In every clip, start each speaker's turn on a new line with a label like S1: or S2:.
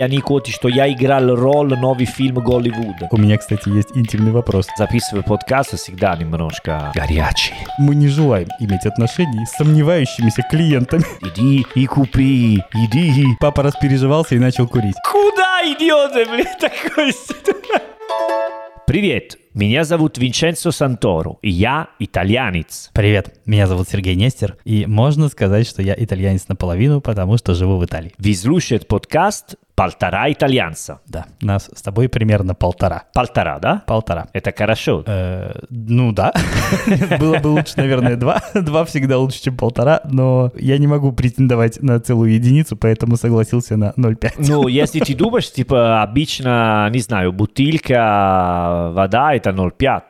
S1: Я не коти, что я играл роль новый фильм Голливуд.
S2: У меня, кстати, есть интимный вопрос.
S1: Записывая подкасты всегда немножко горячий.
S2: Мы не желаем иметь отношений с сомневающимися клиентами.
S1: Иди и купи, иди.
S2: Папа распереживался и начал курить.
S1: Куда идиоты, блядь, такой Привет, меня зовут Винченцо Санторо, и я итальянец.
S2: Привет, меня зовут Сергей Нестер, и можно сказать, что я итальянец наполовину, потому что живу в Италии.
S1: Вы слушаете подкаст «Полтора итальянца».
S2: Да, нас с тобой примерно полтора.
S1: Полтора, да?
S2: Полтора.
S1: Это хорошо.
S2: Э, ну да, было бы лучше, наверное, два. Два всегда лучше, чем полтора, но я не могу претендовать на целую единицу, поэтому согласился на 0,5.
S1: Ну, если ты думаешь, типа, обычно, не знаю, бутылька, вода, это 0,5.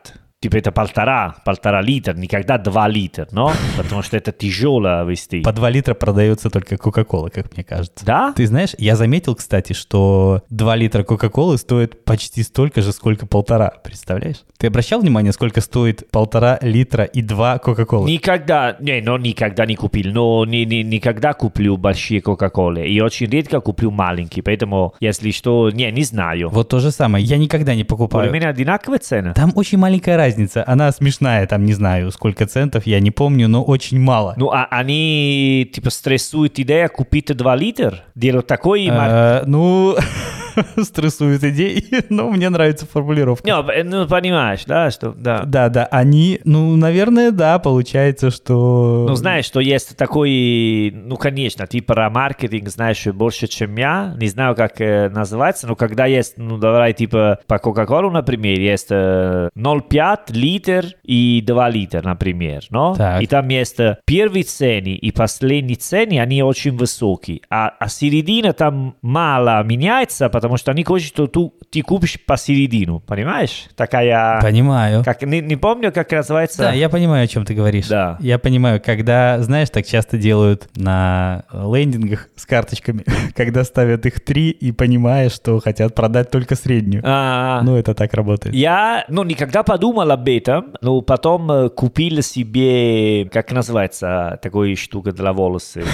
S1: Типа это полтора, полтора литра, никогда два литра, но потому что это тяжело вести.
S2: По 2 литра продается только Кока-Кола, как мне кажется.
S1: Да?
S2: Ты знаешь, я заметил, кстати, что 2 литра Кока-Колы стоит почти столько же, сколько полтора. Представляешь? Ты обращал внимание, сколько стоит полтора литра и 2 Кока-Колы?
S1: Никогда, не, ну никогда не купил, но ни- ни- никогда куплю большие Кока-Колы и очень редко куплю маленькие, поэтому если что, не, не знаю.
S2: Вот то же самое. Я никогда не
S1: Более
S2: покупаю.
S1: менее одинаковая цена.
S2: Там очень маленькая разница. Она смешная, там не знаю, сколько центов, я не помню, но очень мало.
S1: Ну, а они типа стрессуют идея купить 2 литра? Делают такой маркетинг.
S2: Э, ну, стрессуют идеи, но мне нравится формулировка.
S1: Не, э, ну, понимаешь, да, что, да.
S2: Да, да, они, ну, наверное, да, получается, что...
S1: Ну, знаешь, что есть такой, ну, конечно, ты про маркетинг знаешь больше, чем я. Не знаю, как э, называется, но когда есть, ну, давай, типа, по Coca-Cola, например, есть э, 0,5 литр и 2 литра, например, но?
S2: Так.
S1: И там есть э, первые цены и последние цены, они очень высокие. А, а середина там мало меняется, потому что они хотят, что ты, ты купишь посередину, понимаешь? Такая...
S2: Понимаю.
S1: Как, не, не помню, как называется.
S2: Да, я понимаю, о чем ты говоришь.
S1: Да.
S2: Я понимаю, когда, знаешь, так часто делают на э, лендингах с карточками, когда ставят их три и понимаешь, что хотят продать только среднюю.
S1: А,
S2: Ну, это так работает.
S1: Я, ну, никогда подумал об этом, но потом э, купил себе, как называется, такой штука для волосы.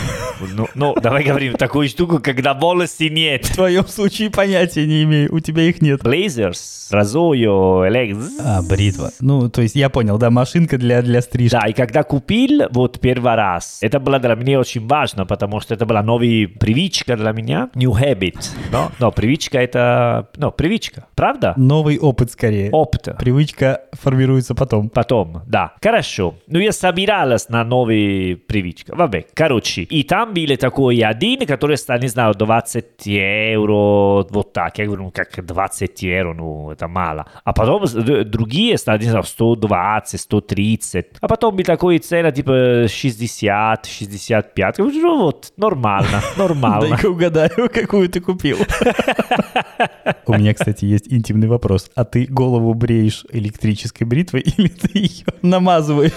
S1: Ну, ну, давай говорим, такую штуку, когда волосы нет.
S2: В твоем случае понятия не имею, у тебя их нет.
S1: Blazers, разою, элекс.
S2: А, бритва. Ну, то есть я понял, да, машинка для, для стрижки.
S1: Да, и когда купил, вот первый раз, это было для меня очень важно, потому что это была новая привычка для меня, new habit, но, но привычка это, ну, привычка, правда?
S2: Новый опыт скорее.
S1: Опыт.
S2: Привычка формируется потом.
S1: Потом, да. Хорошо. Ну, я собиралась на новые привычки. Вабе, короче. И там были такой один, который стал, не знаю, 20 евро, вот так. Я говорю, ну, как 20 евро, ну, это мало. А потом с- д- другие стали, не знаю, 120, 130. А потом был такой цена, типа, 60, 65. Я говорю, ну, вот, нормально, нормально.
S2: Дай-ка угадаю, какую ты купил. У меня, кстати, есть интимный вопрос. А ты голову бреешь электрической бритвой или ты ее намазываешь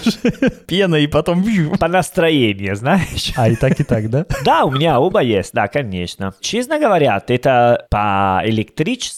S2: пеной и потом... вью?
S1: По настроению, знаешь.
S2: А и так, и так, да?
S1: Да, у меня оба есть, да, конечно. Честно говоря, это по электричеству.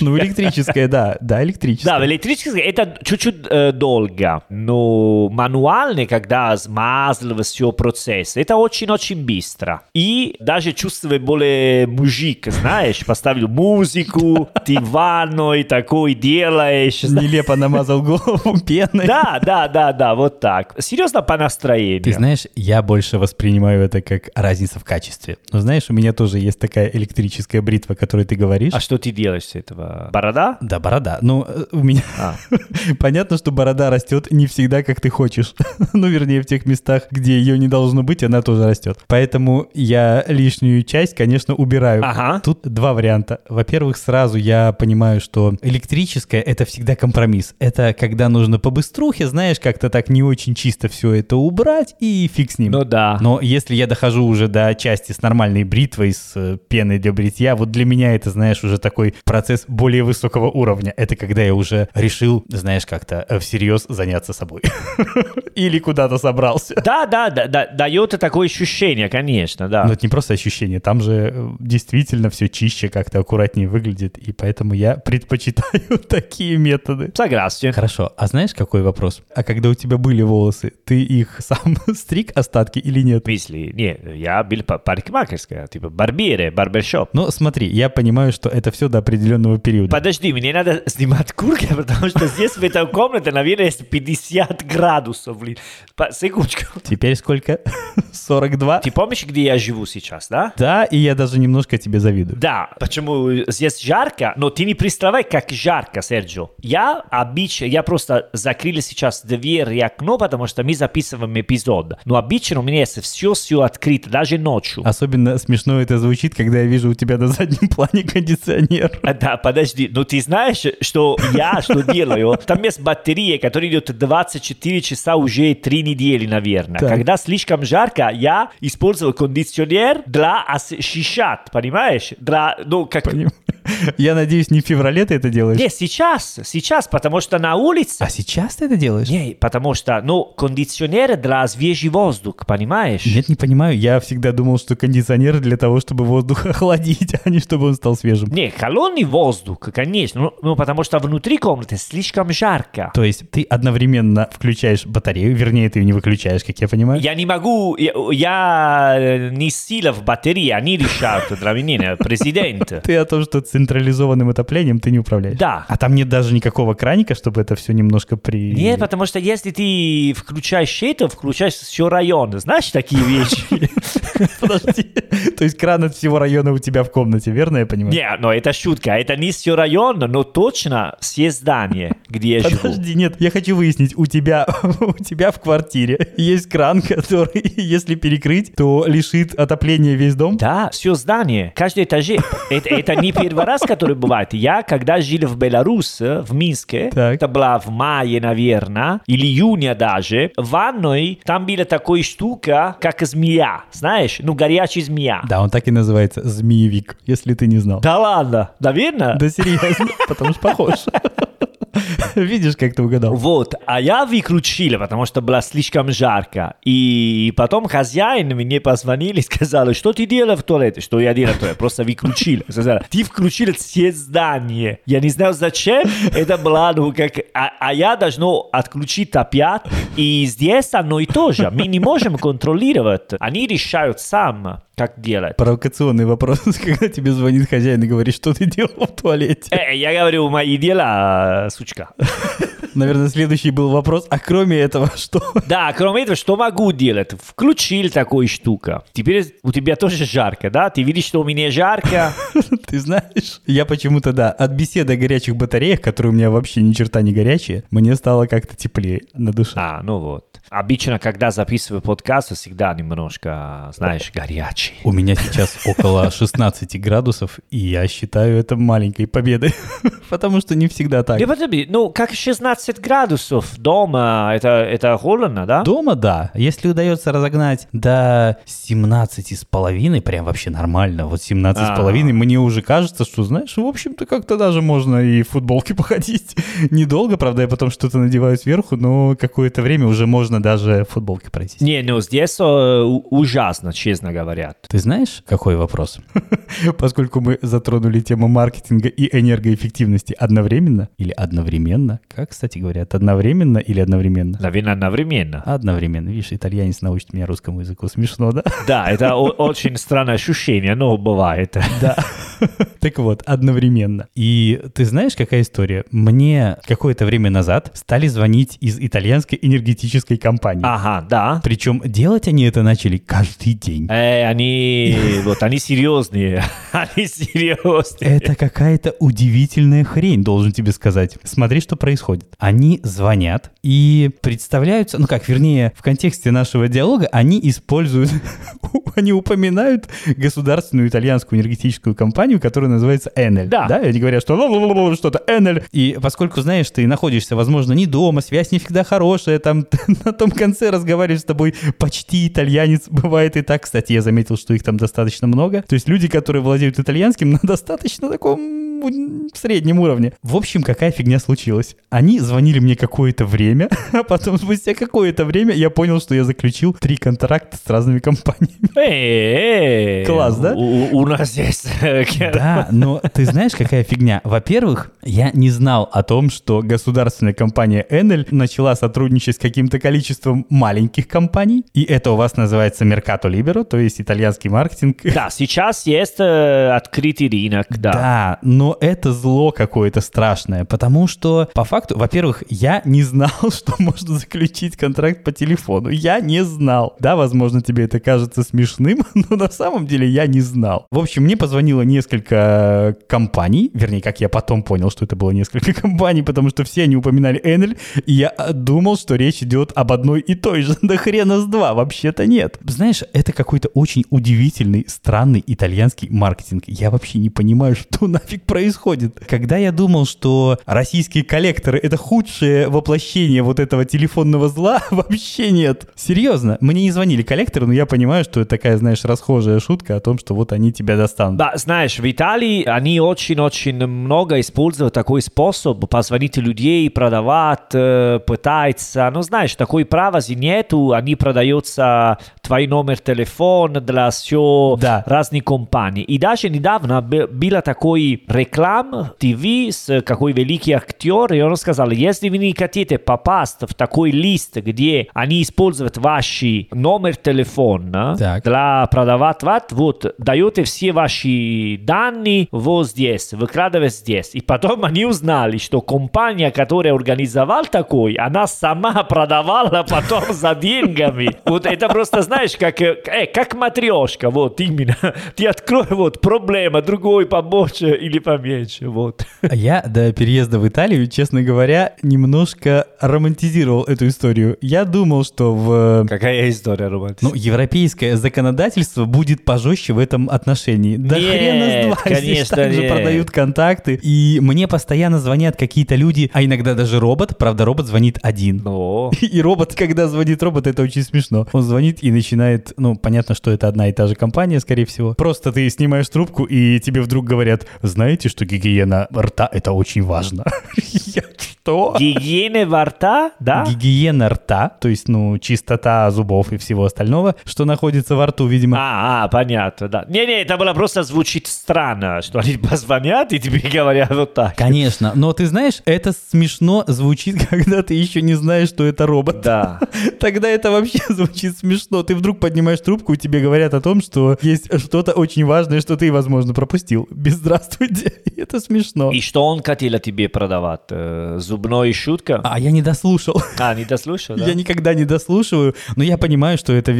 S2: Ну, электрическая, да. Да,
S1: Да,
S2: электрическая.
S1: электрическое это чуть-чуть э, долго, но мануальный, когда смазал все процесс, это очень-очень быстро. И даже чувствую более мужик, знаешь, поставил музыку, ты в ванной такой делаешь. знаешь.
S2: Нелепо намазал голову пеной.
S1: Да, да, да, да, вот так. Серьезно, по настроению.
S2: Ты знаешь, я больше воспринимаю это как разница в качестве. Но знаешь, у меня тоже есть такая электрическая бритва, о которой ты говоришь.
S1: А что ты делаешь с этого? Борода?
S2: Да, борода. Ну, э, у меня...
S1: А.
S2: Понятно, что борода растет не всегда, как ты хочешь. ну, вернее, в тех местах, где ее не должно быть, она тоже растет. Поэтому я лишнюю часть, конечно, убираю.
S1: Ага.
S2: Тут два варианта. Во-первых, сразу я понимаю, что электрическое — это всегда компромисс. Это когда нужно по быструхе, знаешь, как-то так не очень чисто все это убрать и фиг с ним.
S1: Ну да.
S2: Но если я дохожу уже до части с нормальной бритвой, с э, пеной для бритья, вот для меня это, знаешь, уже такой процесс процесс более высокого уровня. Это когда я уже решил, знаешь, как-то э, всерьез заняться собой. Или куда-то собрался.
S1: Да, да, да, да, дает такое ощущение, конечно, да.
S2: Но это не просто ощущение, там же э, действительно все чище, как-то аккуратнее выглядит, и поэтому я предпочитаю такие методы.
S1: Согласен.
S2: Хорошо, а знаешь, какой вопрос? А когда у тебя были волосы, ты их сам стриг остатки или нет?
S1: В смысле, не, я был па- парикмахерская, типа барбере, барбершоп.
S2: Ну, смотри, я понимаю, что это все до определенного периода.
S1: Подожди, мне надо снимать курки, потому что здесь в этой комнате, наверное, есть 50 градусов, блин. Па- Секундочку.
S2: Теперь сколько? 42?
S1: Ты помнишь, где я живу сейчас, да?
S2: Да, и я даже немножко тебе завидую.
S1: Да, почему здесь жарко, но ты не представляй, как жарко, Серджо. Я обычно, я просто закрыл сейчас дверь и окно, потому что мы записываем эпизод. Но обычно у меня есть все-все открыто, даже ночью.
S2: А- Особенно смешно это звучит, когда я вижу у тебя на заднем плане кондиционер.
S1: А, Да, подожди, но ты знаешь, что я что делаю? Там есть батарея, которая идет 24 часа уже 3 недели, наверное.
S2: Так.
S1: Когда слишком жарко, я использую кондиционер для освещать, понимаешь? Для, ну, как...
S2: Поним- Я надеюсь, не в феврале ты это делаешь?
S1: Не, сейчас, сейчас, потому что на улице...
S2: А сейчас ты это делаешь?
S1: Не, потому что, ну, кондиционер для свежий воздух, понимаешь?
S2: Нет, не понимаю. Я всегда думал, что кондиционер для того, чтобы воздух охладить, а не чтобы он стал свежим.
S1: Не, холодный воздух, конечно, ну, ну, потому что внутри комнаты слишком жарко.
S2: То есть ты одновременно включаешь батарею, вернее, ты ее не выключаешь, как я понимаю.
S1: Я не могу, я, я э, не сила в батарее, они решают для меня, президент.
S2: Ты о том, что централизованным отоплением ты не управляешь.
S1: Да.
S2: А там нет даже никакого краника, чтобы это все немножко при...
S1: Нет, потому что если ты включаешь это, включаешь все район. Знаешь такие вещи?
S2: подожди. То есть кран от всего района у тебя в комнате, верно я понимаю?
S1: Не, но это шутка. Это не все район, но точно все здания, где я живу.
S2: Подожди, нет, я хочу выяснить, у тебя, у тебя в квартире есть кран, который, если перекрыть, то лишит отопления весь дом?
S1: Да, все здание, каждый этаже. Это, это не первый раз, который бывает. Я, когда жил в Беларуси, в Минске,
S2: Так.
S1: это было в мае, наверное, или июня даже, в ванной там была такая штука, как змея, знаешь? Ну, горячая змея.
S2: Да, он так и называется, змеевик, если ты не знал.
S1: Да ладно, наверное?
S2: Да серьезно, потому что похож. Видишь, как ты угадал.
S1: Вот, а я выключил, потому что было слишком жарко. И потом хозяин мне позвонил и сказал, что ты делал в туалете? Что я делал в туалете? Просто выключил. Сказал, ты включил все здания. Я не знаю зачем, это было, ну как... А, а я должен отключить опять. И здесь оно и тоже. Мы не можем контролировать. Они решают сам, как делать.
S2: Провокационный вопрос, когда тебе звонит хозяин и говорит, что ты делал в туалете.
S1: Э, я говорю, мои дела, сучка.
S2: Наверное, следующий был вопрос, а кроме этого что?
S1: Да, кроме этого, что могу делать? Включил такую штуку. Теперь у тебя тоже жарко, да? Ты видишь, что у меня жарко?
S2: Ты знаешь, я почему-то, да, от беседы о горячих батареях, которые у меня вообще ни черта не горячие, мне стало как-то теплее на душе.
S1: А, ну вот. Обычно, когда записываю подкаст, всегда немножко, знаешь, горячий.
S2: У меня сейчас около 16 градусов, и я считаю это маленькой победой, потому что не всегда так.
S1: Не, подожди, Ну, как 16 градусов дома, это, это холодно, да?
S2: Дома, да. Если удается разогнать до 17 с половиной, прям вообще нормально. Вот 17 с половиной, мне уже кажется, что, знаешь, в общем-то, как-то даже можно и в футболке походить. Недолго, правда, я потом что-то надеваю сверху, но какое-то время уже можно даже в футболке пройтись.
S1: Не, ну здесь э, у- ужасно, честно говоря.
S2: Ты знаешь, какой вопрос? Поскольку мы затронули тему маркетинга и энергоэффективности одновременно или одновременно, как, кстати говорят, одновременно или одновременно?
S1: Наверное, одновременно.
S2: Одновременно. Видишь, итальянец научит меня русскому языку. Смешно, да?
S1: Да, это о- очень странное ощущение, но бывает.
S2: Так вот, одновременно. И ты знаешь, какая история? Мне какое-то время назад стали звонить из итальянской энергетической компании.
S1: Ага, да.
S2: Причем делать они это начали каждый день.
S1: Э, они, вот они серьезные, они серьезные.
S2: Это какая-то удивительная хрень, должен тебе сказать. Смотри, что происходит. Они звонят и представляются, ну как, вернее, в контексте нашего диалога они используют, они упоминают государственную итальянскую энергетическую компанию, которая называется Enel.
S1: Да.
S2: И они говорят, что «Ла-ла-ла-ла-ла, что-то Enel. И поскольку, знаешь, ты находишься, возможно, не дома, связь не всегда хорошая, там на том конце разговариваешь с тобой почти итальянец, бывает и так. Кстати, я заметил, что их там достаточно много. То есть люди, которые владеют итальянским, на достаточно таком ну, в среднем уровне. В общем, какая фигня случилась? Они звонили мне какое-то время, а потом спустя какое-то время я понял, что я заключил три контракта с разными компаниями.
S1: Эй,
S2: Класс, да?
S1: Э, У, у нас есть... э,
S2: Да, но ты знаешь, какая фигня? Во-первых, я не знал о том, что государственная компания Enel начала сотрудничать с каким-то количеством маленьких компаний, и это у вас называется Mercato Libero, то есть итальянский маркетинг.
S1: Да, сейчас есть э, открытый рынок, да.
S2: Да, но это зло какое-то страшное, потому что, по факту, во-первых, я не знал, что можно заключить контракт по телефону. Я не знал. Да, возможно, тебе это кажется смешным, но на самом деле я не знал. В общем, мне позвонило несколько компаний, вернее, как я потом понял, что это было несколько компаний, потому что все они упоминали Энель, и я э, думал, что речь идет об одной и той же. Да хрена с два, вообще-то нет. Знаешь, это какой-то очень удивительный, странный итальянский маркетинг. Я вообще не понимаю, что нафиг происходит. Когда я думал, что российские коллекторы — это худшее воплощение вот этого телефонного зла, вообще нет. Серьезно, мне не звонили коллекторы, но я понимаю, что это такая, знаешь, расхожая шутка о том, что вот они тебя достанут.
S1: Да, знаешь, в Италии они очень-очень много используют такой способ позвонить людей, продавать, э, пытаться. Ну, знаешь, такой правози нету, они продаются твой номер телефона для все
S2: Да.
S1: разных компаний. И даже недавно б- была такой реклам ТВ с какой великий актер, и он сказал, если вы не хотите попасть в такой лист, где они используют ваш номер телефона,
S2: Так.
S1: для продавать, вот, даете все ваши данные вот здесь, выкладывая здесь. И потом они узнали, что компания, которая организовала такой, она сама продавала потом за деньгами. Вот это просто, знаешь, как, э, э, как матрешка, вот именно. Ты открой, вот, проблема, другой побольше или поменьше, вот.
S2: А Я до переезда в Италию, честно говоря, немножко романтизировал эту историю. Я думал, что в
S1: Какая история, Роман?
S2: ну, европейское законодательство будет пожестче в этом отношении. Да
S1: Нет,
S2: хрена с два, здесь
S1: конечно,
S2: также
S1: нет.
S2: продают контакты. И мне постоянно звонят какие-то люди, а иногда даже робот, правда, робот звонит один.
S1: Ну.
S2: И робот, когда звонит робот, это очень смешно. Он звонит и начинает, ну, понятно, что это одна и та же компания, скорее всего. Просто ты снимаешь трубку, и тебе вдруг говорят, знаете, что гигиена рта — это очень важно. Я, Что?
S1: Гигиена во рта, да?
S2: Гигиена рта, то есть, ну, чистота зубов и всего остального, что находится во рту, видимо.
S1: А, а, понятно, да. Не-не, это было просто звучит странно, что они позвонят и тебе говорят вот так.
S2: Конечно, но ты знаешь, это смешно звучит, когда ты еще не знаешь, что это робот.
S1: Да.
S2: Тогда это вообще звучит смешно. Ты вдруг поднимаешь трубку, и тебе говорят о том, что есть что-то очень важное, что ты, возможно, пропустил. Без здравствуйте. Это смешно.
S1: И что он хотел тебе продавать? Э, Зубной шутка?
S2: А я не дослушал.
S1: А, не дослушал, да?
S2: Я никогда не дослушиваю, но я понимаю, что это,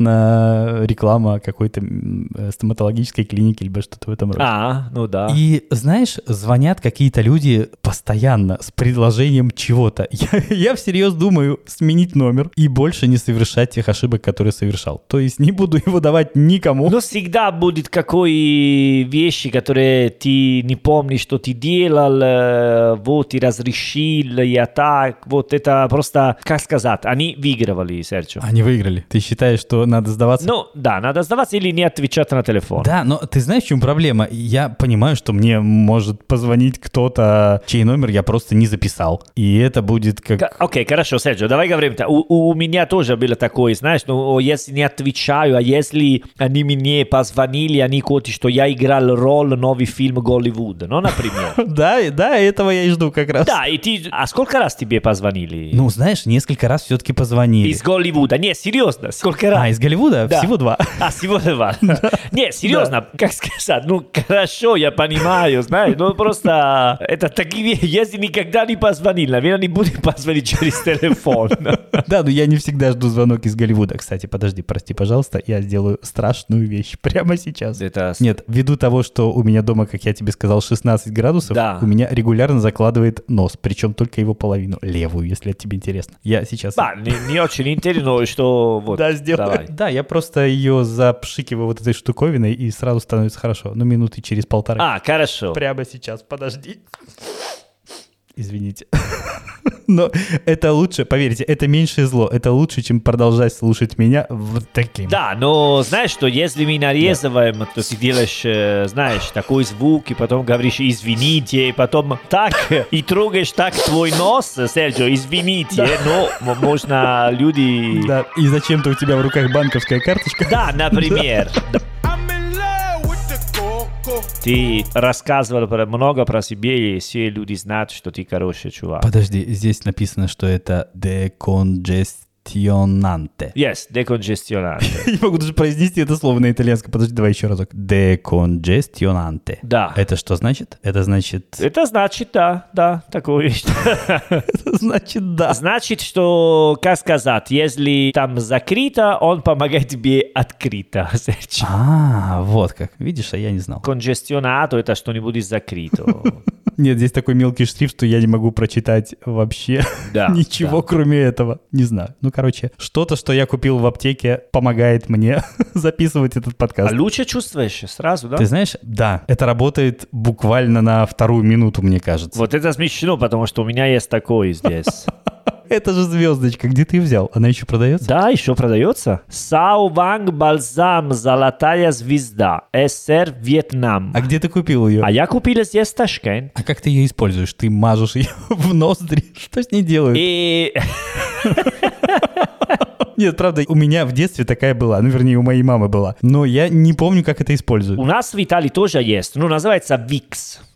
S2: вероятно, реклама какой-то м, э, стоматологической клиники либо что-то в этом роде.
S1: А, ну да.
S2: И знаешь, звонят какие-то люди постоянно с предложением чего-то. Я, я всерьез думаю сменить номер и больше не совершать тех ошибок, которые совершал. То есть не буду его давать никому.
S1: Но всегда будет какой вещи, которые ты не помнишь, что ты делал, э, вот и разрешил, я так, вот это просто, как сказать, они выигрывали, Серджио.
S2: Они А выиграли. Ты считаешь, что надо сдаваться?
S1: Ну, да, надо сдаваться или не отвечать на телефон.
S2: Да, но ты знаешь, в чем проблема? Я понимаю, что мне может позвонить кто-то, чей номер я просто не записал. И это будет как...
S1: Ка- Окей, хорошо, Серджио, давай говорим. так. У, у меня тоже было такое, знаешь, ну, о, если не отвечаю, а если они мне позвонили, они хотят, что я играл роль новый фильм Голливуда, ну, например.
S2: Да, и- да, этого я и жду как раз.
S1: Да, и ты... А сколько раз тебе позвонили?
S2: Ну, знаешь, несколько раз все-таки позвонили.
S1: Из Голливуда. Не, серьезно, сколько раз?
S2: А, из Голливуда?
S1: Да.
S2: Всего два.
S1: А, сегодня два. Не, серьезно, как сказать, ну хорошо, я понимаю, знаешь, ну просто это такие, ве- если никогда не позвонил, наверное, не буду позвонить через телефон.
S2: Да, но я не всегда жду звонок из Голливуда. Кстати, подожди, прости, пожалуйста, я сделаю страшную вещь прямо сейчас.
S1: Это...
S2: Нет, ввиду того, что у меня дома, как я тебе сказал, 16 градусов,
S1: Да.
S2: у меня регулярно закладывает нос, причем только его половину, левую, если это тебе интересно. Я сейчас...
S1: Да, не, не очень интересно, что вот.
S2: Да, сделаю.
S1: давай.
S2: Да, я просто ее запшикиваю вот этой штуковиной, и сразу
S1: Ah,
S2: становится хорошо. Ну, минуты через полторы.
S1: А, хорошо.
S2: Прямо сейчас, подожди. Извините. Но это лучше, поверьте, это меньшее зло. Это лучше, чем продолжать слушать меня вот таким.
S1: Да, но знаешь, что если мы нарезываем, то ты делаешь, э, знаешь, такой звук, и потом говоришь «извините», и потом так, и трогаешь так твой нос, Серджио, «извините», но м- можно люди...
S2: Да, и зачем-то у тебя в руках банковская карточка.
S1: Да, например. Да.
S3: I'm in love with the coco.
S1: Ты рассказывал про- много про себе, и все люди знают, что ты хороший чувак.
S2: Подожди, здесь написано, что это деконжестионанте.
S1: Yes, деконжестионанте.
S2: Я не могу даже произнести это слово на итальянском. Подожди, давай еще разок. Деконжестионанте.
S1: Да.
S2: Это что значит? Это значит...
S1: Это значит, да, да, такое вещь.
S2: Это значит да.
S1: Значит, что, как сказать, если там закрыто, он помогает тебе открыто. Значит,
S2: А, вот как. Видишь, а я не знал.
S1: Конжестионато это что-нибудь закрыто.
S2: Нет, здесь такой мелкий шрифт, что я не могу прочитать вообще
S1: Да,
S2: ничего,
S1: да.
S2: кроме этого. Не знаю. Ну, короче, что-то, что я купил в аптеке, помогает мне записывать этот
S1: А
S2: подкаст.
S1: лучше чувствуешь сразу, да?
S2: Ты знаешь, да, это работает буквально на вторую минуту, мне кажется.
S1: Вот это смешно, потому что у меня есть такое здесь.
S2: Это же звездочка, где ты взял? Она еще продается?
S1: Да, еще продается. Сауванг бальзам «Золотая звезда» СР Вьетнам.
S2: А где ты купил ее?
S1: А я купил здесь Ташкент.
S2: А как ты ее используешь? Ты мажешь ее в ноздри? Что с ней делают?
S1: И
S2: Нет, правда, у меня в детстве такая была. Ну, вернее, у моей мамы была. Но я не помню, как это используют.
S1: У нас в Италии тоже есть, ну, называется VIX.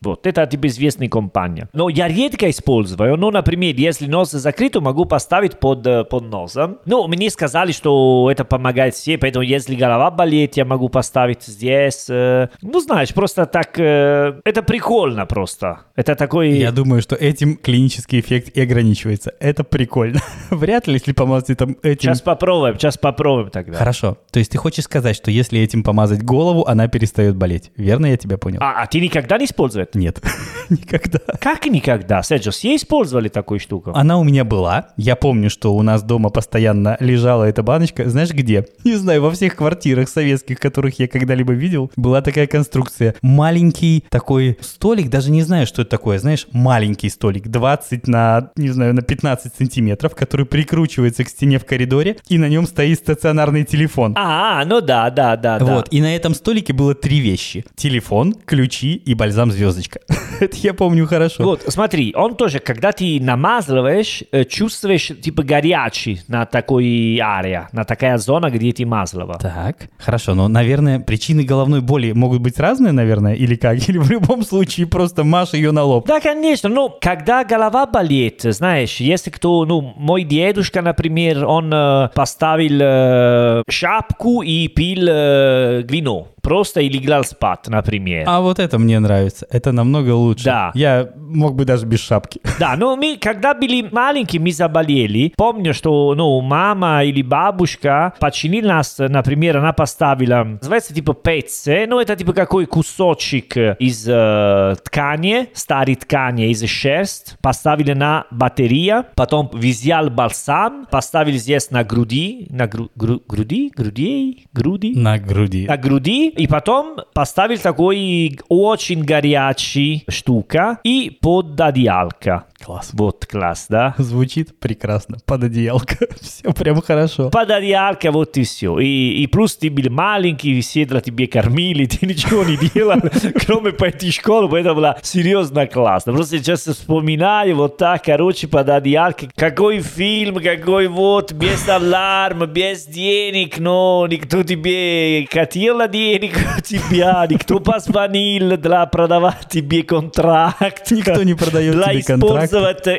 S1: Вот, это типа известная компания. Но я редко использую, ну, например, если нос закрыт, то могу поставить под, э, под носом. Ну, мне сказали, что это помогает все, поэтому если голова болит, я могу поставить здесь. э, Ну, знаешь, просто так, э, это прикольно просто. Это такой...
S2: Я думаю, что этим клинический эффект и ограничивается. Это прикольно. Вряд ли, если помазать там этим...
S1: Сейчас попробуем, сейчас попробуем тогда.
S2: Хорошо. То есть ты хочешь сказать, что если этим помазать голову, она перестает болеть. Верно я тебя понял?
S1: А, а ты никогда не использовал это?
S2: Нет, никогда.
S1: Как никогда? Серджо, все использовали такую штуку?
S2: Она у меня была. Я помню, что у нас дома постоянно лежала эта баночка. Знаешь где? Не знаю, во всех квартирах советских, которых я когда-либо видел, была такая конструкция. Маленький такой столик, даже не знаю, что это такое. Знаешь, маленький столик, 20 на, не знаю, на 15 сантиметров, который прикручивается к стене в коридоре, и на нем стоит стационарный телефон.
S1: А, ну да, да, да, да.
S2: Вот, и на этом столике было три вещи. Телефон, ключи и бальзам-звездочка. Это я помню хорошо.
S1: Вот, смотри, он тоже, когда ты намазываешь, э, чувствуешь типа горячий на такой ария, на такая зона, где ты мазала.
S2: Так, хорошо, но, наверное, причины головной боли могут быть разные, наверное, или как? Или в любом случае просто машь ее на лоб.
S1: Да, конечно, но когда голова болит, знаешь, если кто, ну, мой дедушка, например, он э, поставил э, шапку и пил э, вино, просто и легал спать, например.
S2: А вот это мне нравится, это намного лучше.
S1: Да.
S2: Я мог бы даже без шапки.
S1: Да, но мы, когда были маленькие, мы заболели. Помню, что ну, мама или бабушка починили нас, например, она поставила, называется типа пецце, ну это типа какой кусочек из э, ткани, старой ткани из шерсть, поставили на батарея, потом взял бальсам, поставили здесь на груди, на гру- гру- груди, грудей, груди,
S2: На груди.
S1: на груди, и потом поставил такой очень горячий штука и под одеялко.
S2: Класс.
S1: Вот класс, да?
S2: Звучит прекрасно. Под одеялко. Все прям хорошо.
S1: Под одеялко вот и все. И, и плюс ты был маленький, седла тебе кормили, ты ничего не делал, кроме пойти в школу, поэтому было серьезно классно. Просто сейчас вспоминаю вот так, короче, под одеялко. Какой фильм, какой вот, без аларма, без денег, но никто тебе хотел денег у тебя, никто позвонил для продавать тебе контракт.
S2: Никто не продает
S1: Для
S2: тебе контракт.
S1: использовать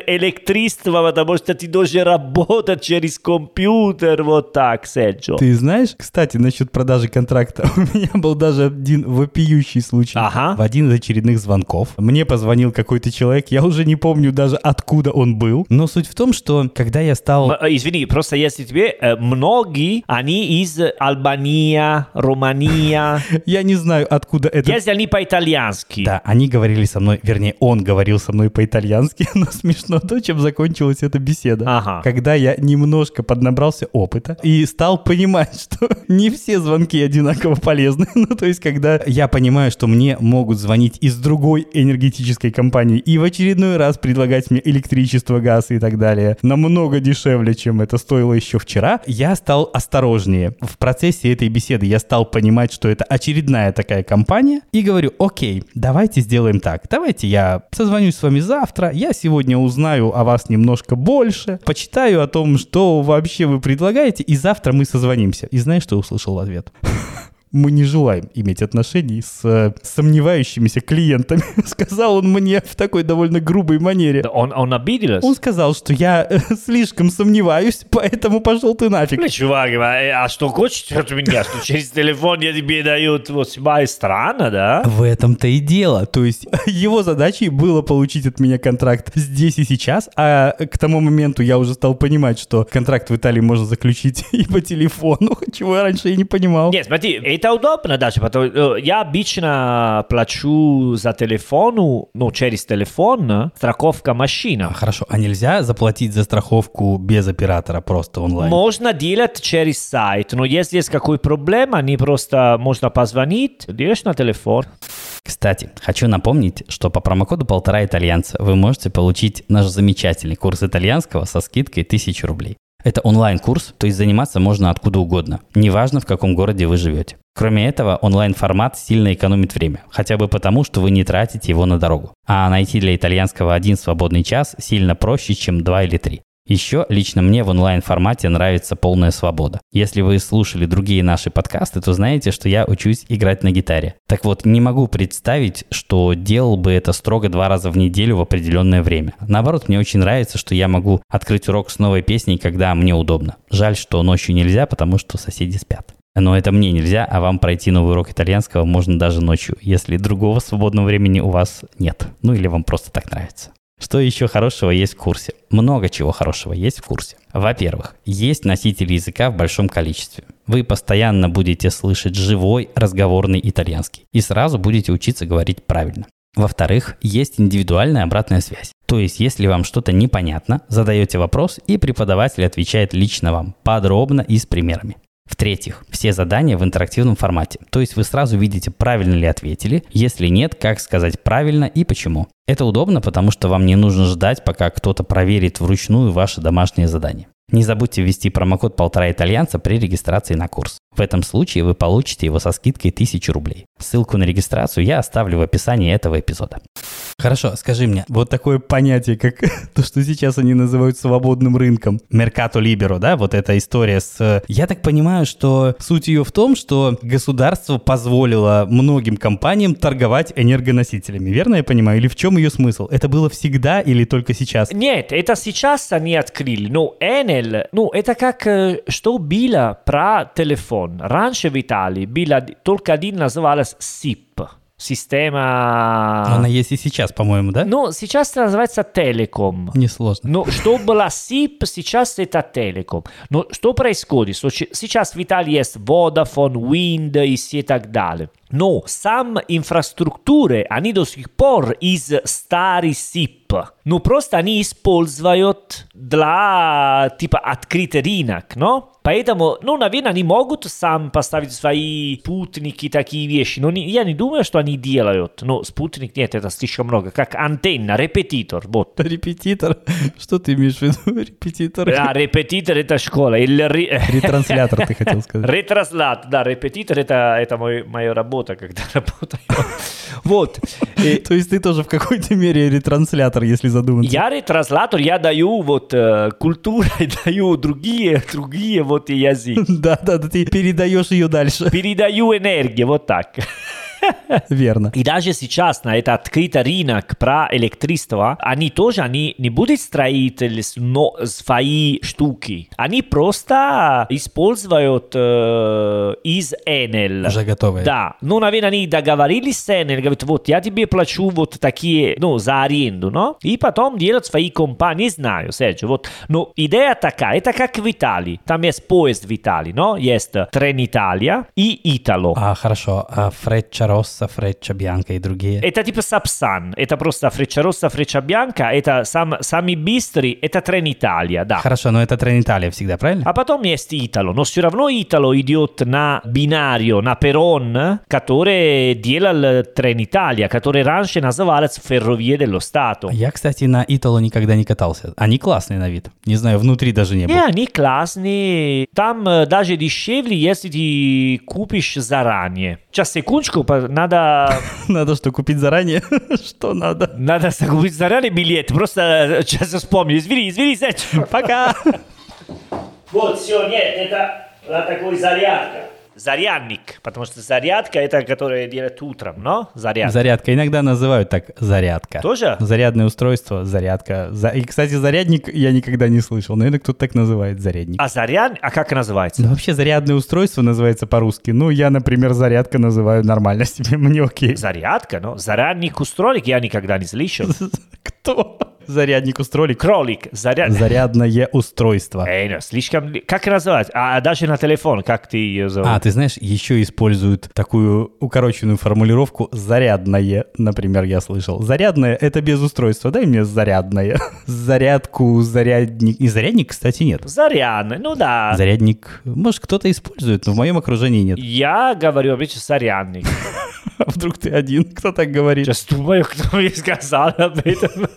S1: электричество, потому что ты должен работать через компьютер. Вот так, Серджо.
S2: Ты знаешь, кстати, насчет продажи контракта, у меня был даже один вопиющий случай.
S1: Ага.
S2: В один из очередных звонков мне позвонил какой-то человек, я уже не помню даже откуда он был, но суть в том, что когда я стал...
S1: М- э, Извини, просто если тебе э, многие, они из Албания, Румыния.
S2: Я не знаю, откуда это...
S1: Если они по-итальянски.
S2: Да, они говорили со мной, вернее, он говорил со мной по-итальянски, но равно смешно то, чем закончилась эта беседа.
S1: Ага.
S2: Когда я немножко поднабрался опыта и стал понимать, что не все звонки одинаково полезны. Ну, то есть, когда я понимаю, что мне могут звонить из другой энергетической компании и в очередной раз предлагать мне электричество, газ и так далее намного дешевле, чем это стоило еще вчера, я стал осторожнее. В процессе этой беседы я стал понимать, что это очередная такая компания, и говорю, окей, давайте сделаем так, давайте я созвонюсь с вами завтра, я сегодня узнаю о вас немножко больше, почитаю о том, что вообще вы предлагаете, и завтра мы созвонимся. И знаешь, что я услышал в ответ? Мы не желаем иметь отношений с э, сомневающимися клиентами, сказал он мне в такой довольно грубой манере.
S1: Да Он, он обиделся?
S2: Он сказал, что я э, слишком сомневаюсь, поэтому пошел ты нафиг.
S1: Бля, чувак, а а что хочешь от меня? Что через телефон я тебе дают вот себя и странно, да?
S2: В этом-то и дело. То есть его задачей было получить от меня контракт здесь и сейчас, а к тому моменту я уже стал понимать, что контракт в Италии можно заключить и по телефону, чего я раньше и не понимал.
S1: Нет, смотри, это удобно даже, потому что я обычно плачу за телефону, ну, через телефон, э, страховка машина.
S2: Хорошо, а нельзя заплатить за страховку без оператора просто онлайн?
S1: Можно делать через сайт, но если есть какой проблема, они просто можно позвонить, делаешь на телефон.
S2: Кстати, хочу напомнить, что по промокоду «Полтора итальянца» вы можете получить наш замечательный курс итальянского со скидкой 1000 рублей. Это онлайн-курс, то есть заниматься можно откуда угодно, неважно в каком городе вы живете. Кроме этого, онлайн-формат сильно экономит время, хотя бы потому, что вы не тратите его на дорогу. А найти для итальянского один свободный час сильно проще, чем два или три. Еще лично мне в онлайн-формате нравится полная свобода. Если вы слушали другие наши подкасты, то знаете, что я учусь играть на гитаре. Так вот, не могу представить, что делал бы это строго два раза в неделю в определенное время. Наоборот, мне очень нравится, что я могу открыть урок с новой песней, когда мне удобно. Жаль, что ночью нельзя, потому что соседи спят. Но это мне нельзя, а вам пройти новый урок итальянского можно даже ночью, если другого свободного времени у вас нет. Ну или вам просто так нравится. Что еще хорошего есть в курсе? Много чего хорошего есть в курсе. Во-первых, есть носители языка в большом количестве. Вы постоянно будете слышать живой разговорный итальянский и сразу будете учиться говорить правильно. Во-вторых, есть индивидуальная обратная связь. То есть, если вам что-то непонятно, задаете вопрос, и преподаватель отвечает лично вам, подробно и с примерами. В-третьих, все задания в интерактивном формате. То есть вы сразу видите, правильно ли ответили, если нет, как сказать правильно и почему. Это удобно, потому что вам не нужно ждать, пока кто-то проверит вручную ваши домашние задания. Не забудьте ввести промокод «Полтора итальянца» при регистрации на курс. В этом случае вы получите его со скидкой 1000 рублей. Ссылку на регистрацию я оставлю в описании этого эпизода. Хорошо, скажи мне, вот такое понятие, как то, что сейчас они называют свободным рынком, меркато либеро, да, вот эта история с... э, Я так понимаю, что суть ее в том, что государство позволило многим компаниям торговать энергоносителями, верно я понимаю? Или в чем ее смысл? Это было всегда или только сейчас?
S1: Нет, это сейчас они открыли. Но Enel, ну, это как э, что было про телефон. Раньше в Италии было только один называлась SIP. Система...
S2: Она есть и сейчас, по-моему, да?
S1: А. Ну, сейчас она называется Телеком.
S2: Несложно.
S1: Но что была СИП, сейчас это Телеком. Но что происходит? Что че- Сейчас в Италии есть Vodafone, Wind и все так далее. Но сам инфраструктуры, они до сих пор из старой СИП. Но просто они используют для типа открытый рынок, но? Поэтому, ну, наверное, они могут сам поставить свои спутники, такие вещи. Но не- я не думаю, что они делают. Но спутник, нет, это слишком много. Как антенна, репетитор, вот.
S2: Репетитор? Что ты имеешь в виду? Репетитор?
S1: Да, репетитор это школа. Или ре-
S2: Ретранслятор ты хотел сказать.
S1: ретранслат, да, репетитор это, это мой- моя работа, когда работаю. Вот. И
S2: То есть ты тоже в какой-то мере ретранслятор, если задуматься.
S1: э, Я ретранслатор, я даю вот э, культуру, и даю другие, другие вот языки.
S2: Да, да, да, ты передаешь ее дальше.
S1: Передаю энергию, вот так.
S2: Верно.
S1: И даже сейчас на это открытый рынок про электричество, они тоже они не будут строители, но свои штуки. Они просто используют э, из Enel.
S2: Уже готовые.
S1: Да, ну, наверное, они договорились с Enel, говорят, вот я тебе плачу вот такие, ну, за аренду, но, и потом делают свои компании, не знаю, Серджи, вот, но идея такая, это как в Италии, там есть
S2: Ah, eh.
S1: поезд в Италии, но, есть Трен Италия и Итало.
S2: А, хорошо. А Фред Росса, Фреча, Бьянка и другие.
S1: Это типа Сапсан, это просто Фреча Росса, Фреча Бьянка, это сам, сами Бистри, это Трениталия, да.
S2: Хорошо, но это Трениталия всегда, правильно?
S1: А потом есть Итало. Но все равно Итало идет на бинарию, на перрон, который делал Трениталия, который раньше называлась Ферровие dello Stato.
S2: Я, кстати, на Итало никогда не катался. Они классные на вид. Не знаю, внутри даже не
S1: Не,
S2: был.
S1: они классные. Там э, даже дешевле, если ты купишь заранее. Сейчас, секундочку, по- надо,
S2: Надо что, купить заранее? Что надо?
S1: надо купить заранее билет. Просто э, сейчас вспомню. Извини, извини, Сэч.
S2: Пока!
S1: Вот, все, нет, это такой зарядка. Зарядник, потому что зарядка это, которая делает утром, но зарядка.
S2: Зарядка. Иногда называют так зарядка.
S1: Тоже?
S2: Зарядное устройство, зарядка. За- И, кстати, зарядник я никогда не слышал. Наверное, кто-то так называет зарядник.
S1: А заряд, а как называется?
S2: Ну, вообще, зарядное устройство называется по-русски. Ну, я, например, зарядка называю нормально себе. Мне окей.
S1: Зарядка, но зарядник устролик я никогда не слышал.
S2: Кто? Зарядник устройник.
S1: Кролик, заряд.
S2: Зарядное устройство.
S1: Эй, ну, слишком... Как называть? А даже на телефон, как ты ее зовут?
S2: А, ты знаешь, еще используют такую укороченную формулировку «зарядное», например, я слышал. «Зарядное» — это без устройства, дай мне «зарядное». Зарядку, зарядник... И зарядник, кстати, нет.
S1: Зарян, ну да.
S2: Зарядник, может, кто-то использует, но в моем окружении нет.
S1: Я говорю обычно зарядник.
S2: А вдруг ты один, кто так говорит?
S1: Сейчас думаю, кто мне сказал об этом.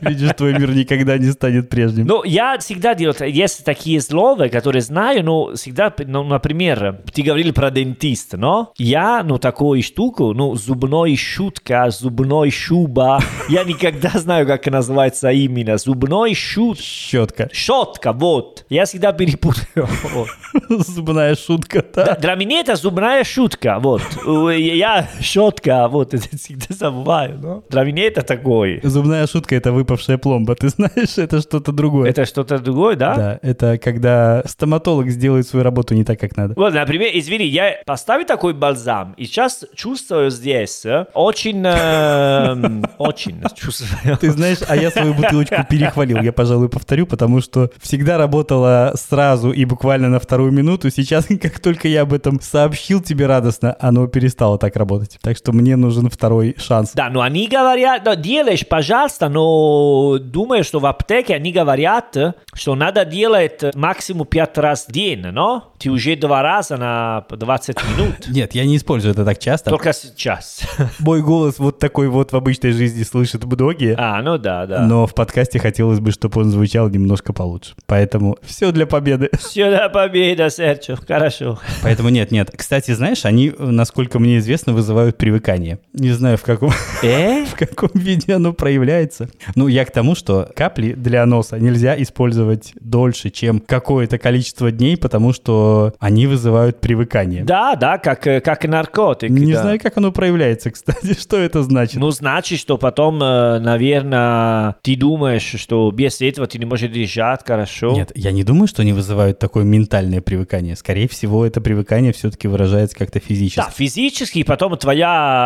S2: Видишь, твой мир никогда не станет прежним.
S1: Но Ну, я всегда делаю, есть такие слова, которые знаю, но всегда, ну, например, ты говорил про дентист, но я, ну, такую штуку, ну, зубной щутка, зубной шуба, я никогда знаю, как называется именно, зубной щут,
S2: Щетка.
S1: щетка, вот, я всегда перепутаю, вот.
S2: Зубная шутка,
S1: Да,
S2: да.
S1: Для меня это зубная шутка, вот. У- Я щетка, вот, это всегда забываю, но для меня это такое.
S2: Зубная шутка — это выпавшая пломба, ты знаешь, это что-то другое.
S1: Это а? что-то другое, да?
S2: Да, это когда стоматолог сделает свою работу не так, как надо.
S1: Вот, например, извини, я поставил такой бальзам, и сейчас чувствую здесь э, очень, эм, очень чувствую.
S2: Ты знаешь, а я свою бутылочку перехвалил, я, пожалуй, повторю, потому что всегда работала сразу и буквально на вторую минуту. Сейчас, как только я об этом сообщил тебе радостно, оно перестало так работать. Так что мне нужен второй шанс.
S1: Да, но они говорят, да, делаешь, пожалуйста, но думаю, что в аптеке они говорят, э, что надо делать э, максимум 5 раз в день, но ты уже два раза на 20 минут.
S2: Нет, я не использую это так часто.
S1: Только сейчас.
S2: Мой голос вот такой вот в обычной жизни слышат многие.
S1: А, ну да, да.
S2: Но в подкасте хотелось бы, чтобы он звучал немножко получше. Поэтому все для победы.
S1: Сюда победа, Серчо, хорошо.
S2: Поэтому нет, нет. Кстати, знаешь, они, насколько мне известно, вызывают привыкание. Не знаю, в каком
S1: Э?
S2: в каком виде оно проявляется. Ну, я к тому, что капли для носа нельзя использовать дольше, чем какое-то количество дней, потому что они вызывают привыкание.
S1: Да, да, как, э, как наркотик.
S2: Не
S1: да.
S2: знаю, как оно проявляется, кстати, что это значит.
S1: Ну, значит, что потом, э, наверное, ты думаешь, что без этого ты не можешь дышать хорошо.
S2: Нет, я не думаю, что они вызывают такое ментальное привыкание. Скорее всего, это привыкание все-таки выражается как-то физически.
S1: Да, физически, потом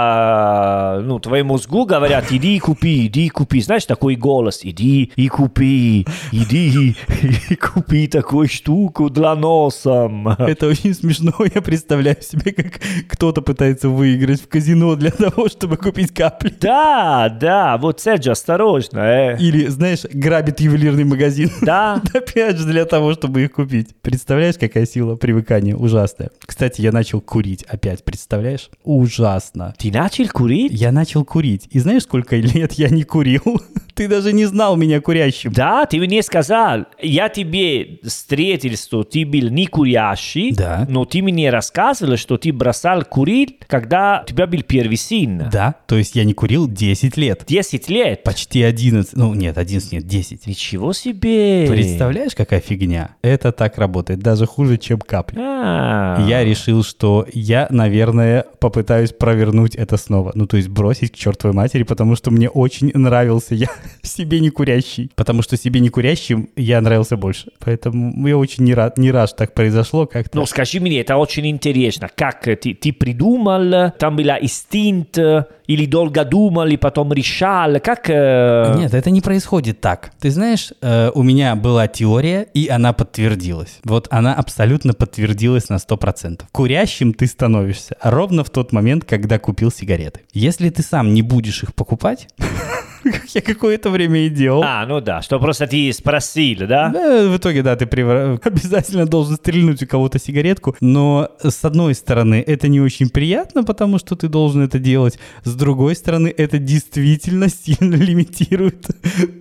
S1: твоя, э, ну, твоему мозгу говорят, иди и купи, иди и купи. Знаешь, такой голос, иди и купи, иди и купи такую штуку для носа.
S2: Это очень смешно. Я представляю себе, как кто-то пытается выиграть в казино для того, чтобы купить капли.
S1: Да, да, вот, Серджо, осторожно, э.
S2: Или, знаешь, грабит ювелирный магазин.
S1: Да,
S2: Опять же, для того, чтобы их купить. Представляешь, какая сила привыкания? Ужасная. Кстати, я начал курить опять, представляешь? Ужасно.
S1: ты начал курить?
S2: Я начал курить. И знаешь, сколько лет я не курил? Ты даже не знал меня курящим.
S1: Да, ты мне сказал, я тебе встретил, что ты был не курящий,
S2: Да.
S1: но ты мне рассказывал, что ты бросал курить, когда у тебя был первый сын.
S2: Да, то есть я не курил 10 лет.
S1: 10 лет.
S2: Почти 11. Ну, нет, 11 нет, 10.
S1: Ничего себе.
S2: Представляешь, какая фигня? Это так работает, даже хуже, чем капля.
S1: А.
S2: Я решил, что я, наверное, попытаюсь провернуть это снова. Ну, то есть бросить к чертовой матери, потому что мне очень нравился я себе не курящий. Потому что себе не курящим я нравился больше. Поэтому я очень не рад, не рад, что так произошло как-то.
S1: Ну, скажи мне, это очень интересно. Как э, ты, ты придумал, там была инстинкт, э, или долго думал, и потом решал. Как... э,
S2: Нет, это не происходит так. Ты знаешь, э, у меня была теория, и она подтвердилась. Вот она абсолютно подтвердилась на 100%. Курящим ты становишься ровно в тот момент, когда купил сигареты. Если ты сам не будешь их покупать, как я какое-то время и делал,
S1: А, ну да, что просто ты спросил, да?
S2: Э, В итоге, да, ты превра- обязательно должен стрельнуть у кого-то сигаретку, но с одной стороны это не очень приятно, потому что ты должен это делать, с другой стороны это действительно сильно лимитирует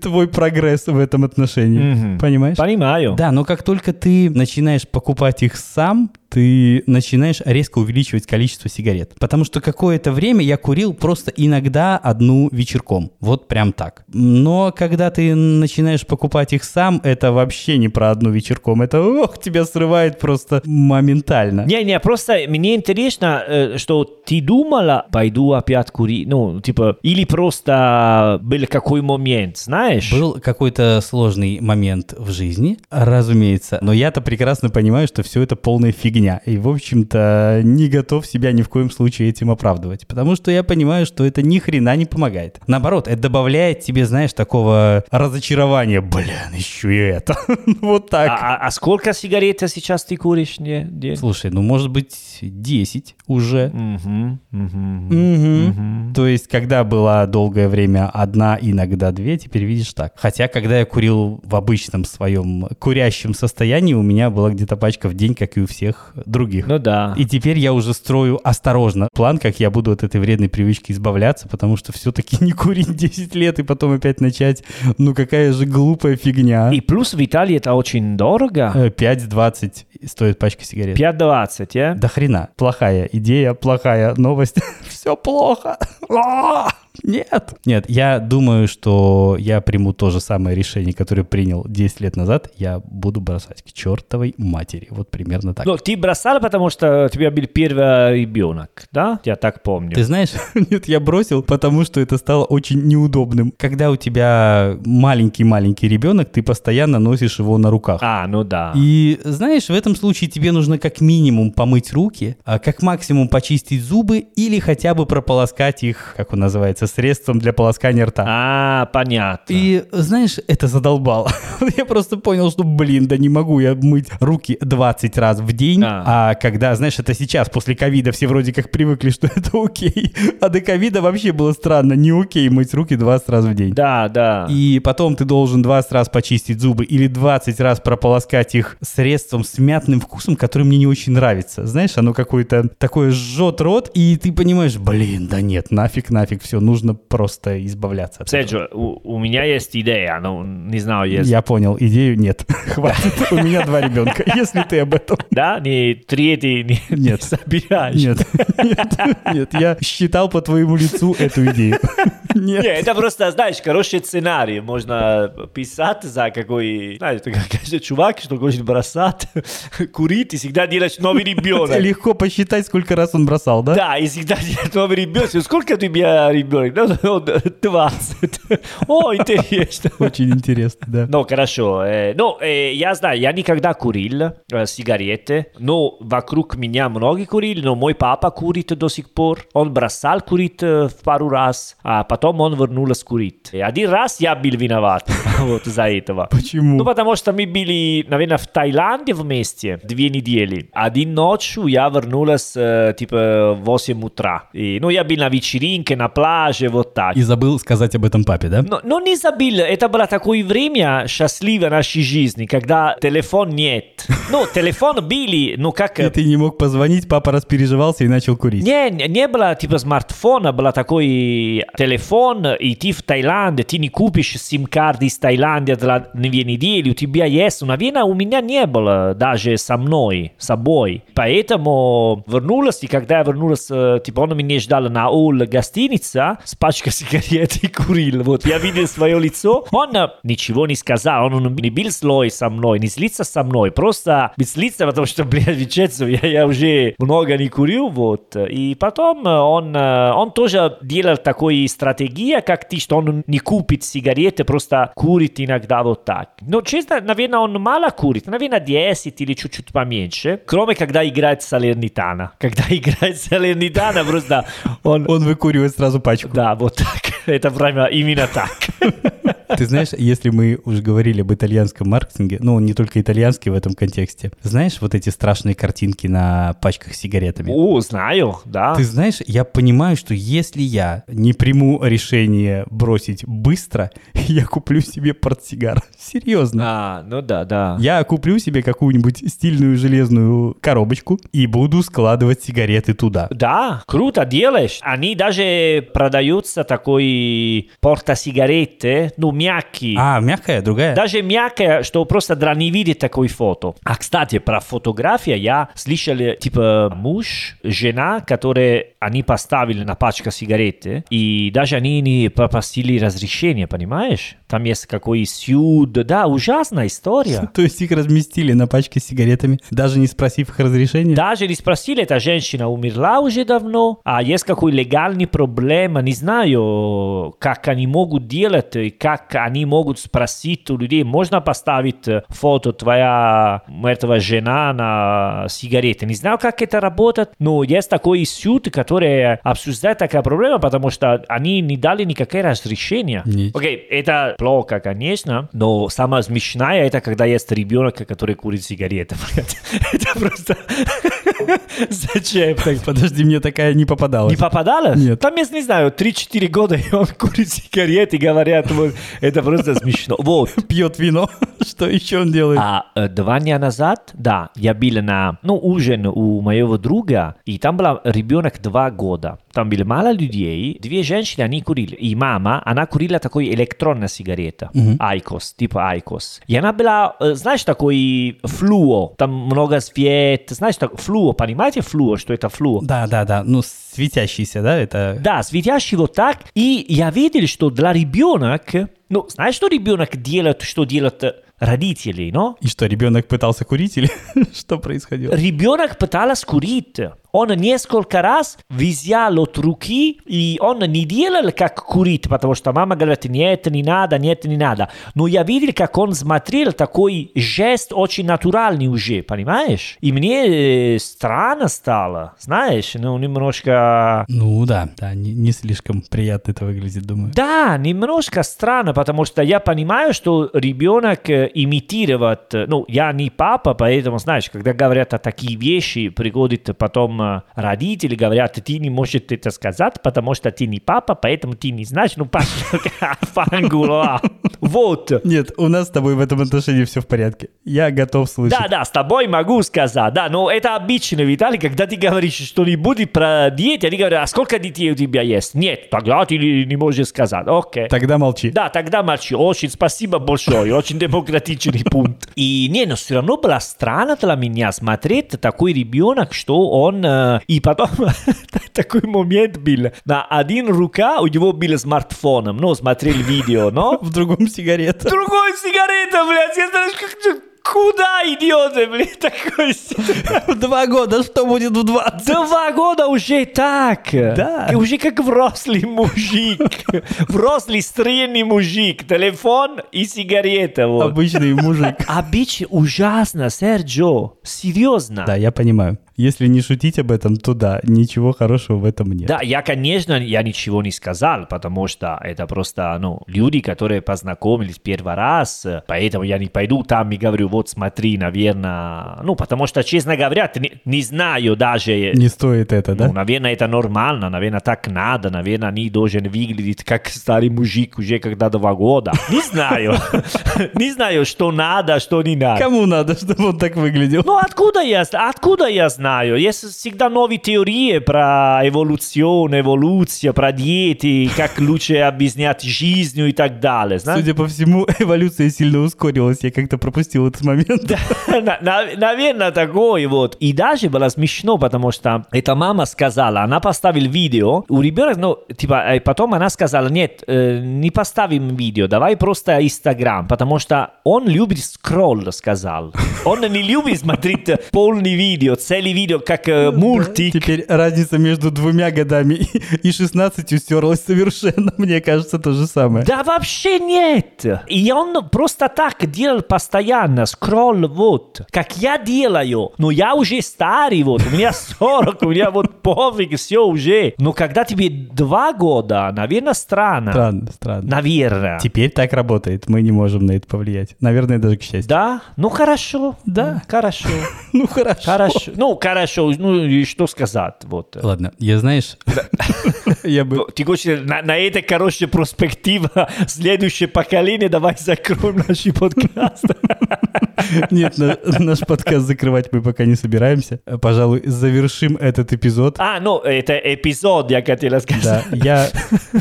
S2: твой прогресс в этом отношении,
S1: Мгм.
S2: понимаешь?
S1: Понимаю.
S2: Да, но как только ты начинаешь покупать их сам, ты начинаешь резко увеличивать количество сигарет. Потому что какое-то время я курил просто иногда одну вечерком. Вот прям так. Но когда ты начинаешь покупать их сам, это вообще не про одну вечерком. Это ох, тебя срывает просто моментально.
S1: Не-не, просто мне интересно, э, что ты думала, пойду опять курить, ну, типа, или просто был какой момент, знаешь?
S2: Был какой-то сложный момент в жизни, разумеется, но я-то прекрасно понимаю, что все это полная фигня. И, в общем-то, не готов себя ни в коем случае этим оправдывать. Потому что я понимаю, что это ни хрена не помогает. Наоборот, это добавляет тебе, знаешь, такого разочарования. Блин, еще и это. Вот
S1: А,
S2: так.
S1: а- а сколько сигарет сейчас ты куришь? Не, не.
S2: Слушай, ну может быть 10 уже.
S1: Мгм, мгм.
S2: Мгм. То есть, когда была долгое время одна, иногда две, теперь видишь так. Хотя, когда я курил в обычном своем курящем состоянии, у меня была где-то пачка в день, как и у всех других.
S1: Ну да.
S2: И теперь я уже строю осторожно план, как я буду от этой вредной привычки избавляться, потому что все-таки не курить 10 лет и потом опять начать. Ну какая же глупая фигня.
S1: И плюс в Италии это очень дорого.
S2: Э, 5,20 стоит пачка сигарет.
S1: 5,20, э?
S2: До хрена. Плохая идея, плохая новость. Все плохо. А, Нет. Нет, я думаю, что я приму то же самое решение, которое принял 10 лет назад. Я буду бросать к чертовой матери. Вот примерно так.
S1: Ну, ты бросал, потому что у тебя был первый ребенок, да? Я так помню.
S2: Ты знаешь, нет, я бросил, потому что это стало очень неудобным. Когда у тебя маленький-маленький ребенок, ты постоянно носишь его на руках.
S1: А, ну да.
S2: И знаешь, в этом случае тебе нужно как минимум помыть руки, а как максимум почистить зубы или хотя бы прополоскать их, как он называется, средством для полоскания рта.
S1: А, понятно.
S2: И знаешь, это задолбало. я просто понял, что, блин, да не могу я мыть руки 20 раз в день.
S1: А.
S2: А, когда, знаешь, это сейчас, после ковида, все вроде как привыкли, что это окей. А до ковида вообще было странно, не окей мыть руки 20 раз в день.
S1: Да, да.
S2: И потом ты должен 20 раз почистить зубы или 20 раз прополоскать их средством с мятным вкусом, который мне не очень нравится. Знаешь, оно какое-то такое жжет рот, и ты понимаешь, блин, да нет, нафиг, нафиг, все, нужно просто избавляться. от этого.
S1: Серджио, у, у меня есть идея, но не знаю, есть.
S2: Я понял, идею нет. Хватит, у меня два ребенка, если ты об этом.
S1: Да, не третий не, не
S2: Нет.
S1: собираешь.
S2: Нет, нет, нет, я считал по твоему лицу эту идею.
S1: Не,
S2: Нет.
S1: это просто, знаешь, хороший сценарий. Можно писать за какой... Знаешь, ты каждый чувак, что хочет бросать, курить, и всегда делаешь новый ребенок.
S2: Легко посчитать, сколько раз он бросал, да?
S1: Да, и всегда делаешь новый ребенок. Сколько у тебя ребенок? Ну, он 20. О, интересно.
S2: Очень интересно, да.
S1: Ну, хорошо. Э, ну, э, я знаю, я никогда курил э, сигареты, но вокруг меня многие курили, но мой папа курит до сих пор. Он бросал курить э, в пару раз, а потом он вернулся курить. И один раз я был виноват вот за этого. Ну,
S2: Почему?
S1: потому что мы были, наверное, в Таиланде вместе две недели. Один ночью я вернулась, э, типа, в 8 утра. И, ну, я был на вечеринке, на плаже, вот так. Ну,
S2: И забыл сказать об этом папе, да?
S1: Но, но не забил, это было такое время счастливой нашей жизни, когда телефон нет. Ну, телефон били, ну как...
S2: И ты не мог позвонить, папа распереживался и начал курить.
S1: Не, не не было типа смартфона, был такой телефон, и ты в Таиланде, ты не купишь сим-карты из Таиланда для две недели, у тебя есть, наверное, у меня не было даже со мной, с собой. Поэтому вернулась, и когда я вернулась, э, типа он меня ждал на улице гостиница с пачкой сигарет и курил. Вот я видел свое лицо. Он э, ничего не сказал, он не был злой со мной, не злится со мной, просто не злится, потому что, блядь, Виченцо, я, я уже много не курил, вот. И потом э, он, э, он тоже делал такую стратегию, как ты, что он не купит сигареты, просто курит иногда вот так. Но, честно, наверное, он мало курит, наверное, 10 или чуть-чуть поменьше, кроме когда играет Салернитана. Когда играет Салернитана, просто он...
S2: Он выкуривает сразу пачку.
S1: Да, вот так. Это прямо именно так.
S2: Ты знаешь, если мы уже говорили об итальянском маркетинге, ну, он не только итальянский в этом контексте. Знаешь, вот эти страшные картинки на пачках с сигаретами?
S1: О, знаю, да.
S2: Ты знаешь, я понимаю, что если я не приму решение бросить быстро, я куплю себе портсигар. Серьезно.
S1: А, ну да, да.
S2: Я куплю себе какую-нибудь стильную железную коробочку и буду складывать сигареты туда.
S1: Да, круто делаешь. Они даже продаются такой порта-сигареты, ну, мягкий.
S2: А, мягкая, другая?
S1: Даже мягкая, что просто дра не видит такой фото. А, кстати, про фотографии я слышал, типа, муж, жена, которые они поставили на пачка сигареты, и даже они не попросили разрешения, понимаешь? Там есть какой сюд, да, ужасная история.
S2: То есть их разместили на пачке с сигаретами, даже не спросив их разрешения?
S1: Даже не спросили, эта женщина умерла уже давно, а есть какой легальный проблема, не знаю, как они могут делать, и как они могут спросить у людей, можно поставить э, фото твоя мертвая жена на сигарете. Не знаю, как это работает, но есть такой сюд, который обсуждает такая проблема, потому что они не дали никакое разрешение.
S2: Нет.
S1: Окей, это плохо, конечно, но самое смешное, это когда есть ребенок, который курит сигареты. Это просто... Зачем так?
S2: Так, подожди, мне такая не попадалась.
S1: Не попадала?
S2: Нет.
S1: Там, я не знаю, 3-4 года и он курит сигареты, говорят, вот, это просто смешно. Вот.
S2: Пьет вино. Что еще он делает?
S1: А э, два дня назад, да, я был на, ну, ужин у моего друга, и там был ребенок два года. Там было мало людей, две женщины, они курили. И мама, она курила такой электронная сигарета, Айкос, типа Айкос. И она была, э, знаешь, такой флуо, там много света, знаешь, так, флуо, понимаете флуо, что это флуо?
S2: Да, да, да. Ну, светящийся, да, это...
S1: Да, светящий вот так. И я видел, что для ребенок... Ну, знаешь, что ребенок делает, что делают э, родители, но?
S2: И что, ребенок пытался курить или что происходило?
S1: Ребенок пытался курить. Он несколько раз взял от руки, и он не делал, как курит, потому что мама говорит, нет, не надо, нет, не надо. Но я видел, как он смотрел, такой жест очень натуральный уже, понимаешь? И мне э, странно стало, знаешь, ну, немножко...
S2: Ну да, да, не, не слишком приятно это выглядит, думаю.
S1: Да, немножко странно, потому что я понимаю, что ребенок э, имитировать, э, ну, я не папа, поэтому, знаешь, когда говорят о такие вещи, приходят потом э, родители, говорят, ты не можешь это сказать, потому что ты не папа, поэтому ты не знаешь, ну, пошел в ангулу, а. Вот.
S2: Нет, у нас с тобой в этом отношении все в порядке. Я готов слышать.
S1: Да, да, с тобой могу сказать, да, но это обычно, Виталий, когда ты говоришь что-нибудь про дети, они говорят, а сколько детей у тебя есть? Нет, тогда ты не не можешь сказать, окей.
S2: Тогда молчи.
S1: Да, тогда молчи. Очень спасибо большое. Очень демократичный пункт. И не, но все равно было странно для меня смотреть такой ребенок, что он... э, и потом такой момент был. На один рука у него был смартфоном, ну, смотрел видео, но...
S2: В другом сигарета.
S1: Другой сигарета, блядь, я даже как-то... Куда идиоты, блядь, такой...
S2: Два года, что будет в 20?
S1: Два года уже так.
S2: Да.
S1: Уже как взрослый мужик. Взрослый стрельный мужик. Телефон и сигарета. Вот.
S2: Обычный мужик.
S1: Обычай ужасно, Серджо. Серьезно.
S2: Да, я понимаю. Если не шутить об этом, то да, ничего хорошего в этом нет.
S1: Да, я, конечно, я ничего не сказал, потому что это просто, ну, люди, которые познакомились первый раз, э, поэтому я не пойду там и говорю, вот смотри, наверное, ну, потому что, честно говоря, ты не, не знаю даже, э,
S2: Не стоит это,
S1: ну,
S2: да?
S1: наверное, это нормально, наверное, так надо, наверное, они должен выглядеть как старый мужик уже когда два года. Не знаю, не знаю, что надо, что не надо.
S2: Кому надо, чтобы он так выглядел?
S1: Ну, откуда я, зн- откуда я знаю? Есть всегда новые теории про эволюцию, эволюция, про диеты, как лучше объяснять жизнь и так далее. знаешь?
S2: Судя по всему, эволюция сильно ускорилась. Я как-то пропустил этот момент.
S1: На- на- Наверное, такой вот. И даже было смешно, потому что эта мама сказала, она поставила видео, у ребенка, ну, типа, э, потом она сказала, нет, э, не поставим видео, давай просто Инстаграм, потому что он любит скролл, сказал. Он не любит смотреть полный видео, целый видео, как
S2: Ну,
S1: э, мультик.
S2: Теперь разница между двумя годами и- и 16 стерлась совершенно. Мне кажется, то же самое.
S1: Да вообще нет. И он просто так делал постоянно. Скролл вот. Как я делаю. Но я уже старый вот. У меня 40, у меня вот пофиг, все уже. Но когда тебе два года, наверное, странно.
S2: Странно, странно.
S1: Наверное.
S2: Теперь так работает. Мы не можем на это повлиять. Наверное, даже к счастью.
S1: Да? Ну хорошо. Да. Хорошо.
S2: Ну хорошо.
S1: Хорошо. Ну, хорошо. Ну, и что сказать? Вот.
S2: Ладно, я знаешь, я бы
S1: Ты хочешь э, на, на этой, короче, перспектива следующее поколение, давай закроем наш подкаст.
S2: Нет, на- наш подкаст закрывать мы пока не собираемся. Э, Пожалуй, завершим этот эпизод.
S1: А, ну, это эпизод, я хотела
S2: Да,
S1: сказать.
S2: я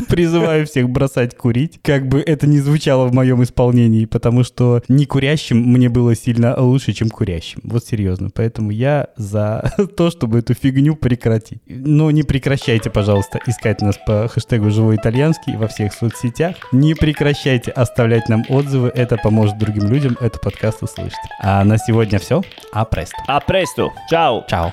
S2: призываю всех бросать курить, как бы это ни звучало в моем исполнении, потому что не курящим мне было сильно лучше, чем курящим. Вот серьезно. Поэтому я за то, чтобы эту фигню прекратить. Но не прекращайте, пожалуйста, искать нас по хэштегу «Живой итальянский» во всех соцсетях. Не прекращайте оставлять нам отзывы. Это поможет другим людям этот подкаст услышать. А на сегодня все. А прест.
S1: А престо. Чао.
S2: Чао.